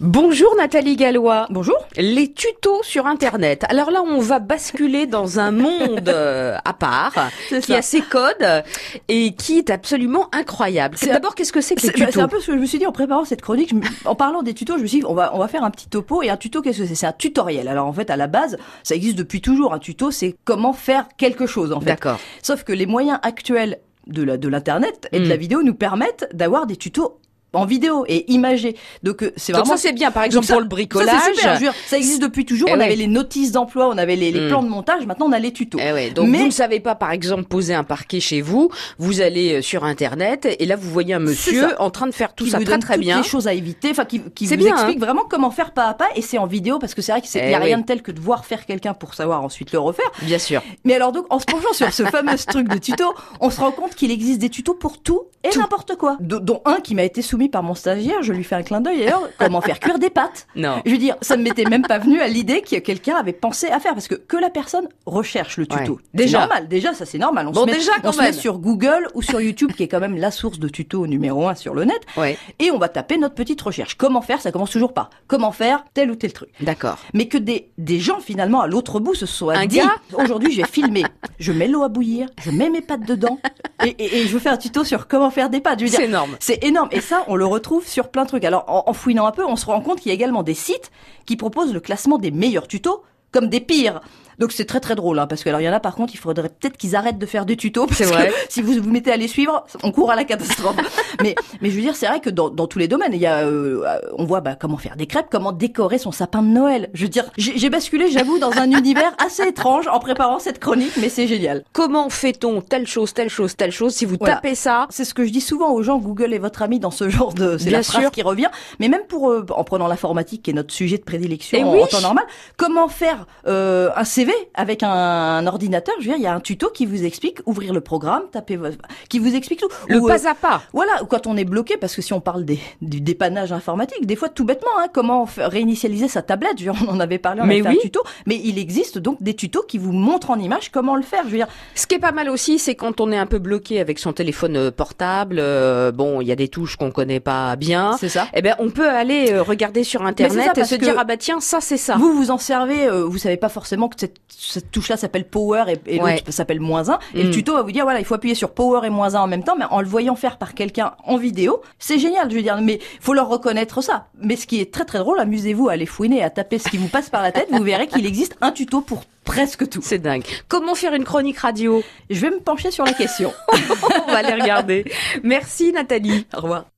Bonjour Nathalie Gallois. Bonjour. Les tutos sur Internet. Alors là, on va basculer dans un monde euh, à part, C'est qui ça. a ses codes et qui est absolument incroyable. C'est- D'abord, qu'est-ce que c'est que les C'est bah, c'est tutos un peu ce que je me suis dit en préparant cette chronique. Je me- en parlant des tutos, je me suis dit, on va, on va faire un petit topo. Et un tuto, qu'est-ce que c'est C'est un tutoriel. Alors en fait, à la base, ça existe depuis toujours. Un tuto, c'est comment faire quelque chose en fait. D'accord. Sauf que les moyens actuels de la- de l'Internet et Mm. de la vidéo nous permettent d'avoir des tutos en vidéo et imagés. Donc euh, c'est Donc vraiment... ça, c'est bien. Par exemple, ça- pour le bricolage. Ça, c'est super, je veux dire, ça existe depuis toujours. Eh on ouais. avait les notices d'emploi, on avait les, les Mm. plans de montage. Maintenant, on a les tutos. Eh ouais, donc Mais- vous ne savez pas, par exemple, poser un parquet chez vous. Vous allez euh, sur Internet et là, vous voyez un C'est monsieur en train de faire tout qui ça vous très donne très toutes bien. les choses à éviter, enfin qui, qui vous C'est bien, hein. explique vraiment comment faire pas à pas et c'est en vidéo parce que c'est vrai qu'il n'y Eh a rien oui. de tel que de voir faire quelqu'un pour savoir ensuite le refaire. Bien sûr. Mais alors donc en se penchant sur ce fameux truc de tuto, on se rend compte qu'il existe des tutos pour tout et Tout. n'importe quoi. Do- dont un qui m'a été soumis par mon stagiaire, je lui fais un clin d'œil d'ailleurs, comment faire cuire des pâtes. Non. Je veux dire, ça ne m'était même pas venu à l'idée que quelqu'un avait pensé à faire, parce que que la personne recherche le tuto. Ouais. C'est Déjà. normal, déjà, ça c'est normal. On, Bon, se, met, déjà, quand on se met même. sur Google ou sur YouTube, qui est quand même la source de tuto numéro un sur le net, Ouais. et on va taper notre petite recherche. Comment faire Ça commence toujours par comment faire tel ou tel truc. D'accord. Mais que des, des gens finalement à l'autre bout se soient Un dit gars aujourd'hui je vais filmer, je mets l'eau à bouillir, je mets mes pâtes dedans et, et- et je fais un tuto sur comment faire des pâtes. Je veux C'est dire, énorme. c'est énorme. Et ça, on le retrouve sur plein de trucs. Alors, en, en fouinant un peu, on se rend compte qu'il y a également des sites qui proposent le classement des meilleurs tutos comme des pires. Donc c'est très très drôle hein, parce que alors il y en a par contre il faudrait peut-être qu'ils arrêtent de faire des tutos parce C'est vrai. que si vous vous mettez à les suivre on court à la catastrophe. mais mais je veux dire c'est vrai que dans, dans tous les domaines il y a euh, euh, on voit bah, comment faire des crêpes comment décorer son sapin de Noël. Je veux dire j'ai j'ai basculé j'avoue dans un univers assez étrange en préparant cette chronique mais c'est génial. Comment fait-on telle chose, telle chose, telle chose Si vous Voilà. tapez ça, C'est ce que je dis souvent aux gens, Google est votre ami dans ce genre de... C'est Bien la phrase sûr. qui revient. Mais même pour, euh, en prenant l'informatique, qui est notre sujet de prédilection Eh en, oui. en temps normal, comment faire euh, un CV avec un, un ordinateur Je veux dire, il y a un tuto qui vous explique ouvrir le programme, taper votre... qui vous explique tout. le Ou, euh, pas à pas. voilà, ou quand on est bloqué, parce que si on parle des, du dépannage informatique, des fois tout bêtement, hein, comment f- réinitialiser sa tablette, je veux dire, on en avait parlé, on Mais avait fait oui. un tuto, mais il existe donc des tutos qui vous montrent en image comment le faire. Je veux dire, Ce qui est pas mal aussi, c'est quand on est un peu bloqué avec son téléphone euh, portable. euh, bon, il y a des touches qu'on connaît pas bien. c'est ça. Eh ben, on peut aller euh, regarder sur Mais c'est internet ça, et parce se que dire ah bah tiens, ça c'est ça. Vous vous en servez, euh, vous savez pas forcément que cette, cette touche-là s'appelle power et, et Ouais. l'autre s'appelle moins 1. Et Mm. le tuto va vous dire, voilà, il faut appuyer sur power et moins 1 en même temps, mais en le voyant faire par quelqu'un en vidéo, c'est génial, je veux dire, mais faut leur reconnaître ça. Mais ce qui est très très drôle, amusez-vous à aller fouiner, à taper ce qui vous passe par la tête, vous verrez qu'il existe un tuto pour presque tout. C'est dingue. Comment faire une chronique radio Je vais me pencher sur la question. On va aller regarder. Merci Nathalie. Au revoir.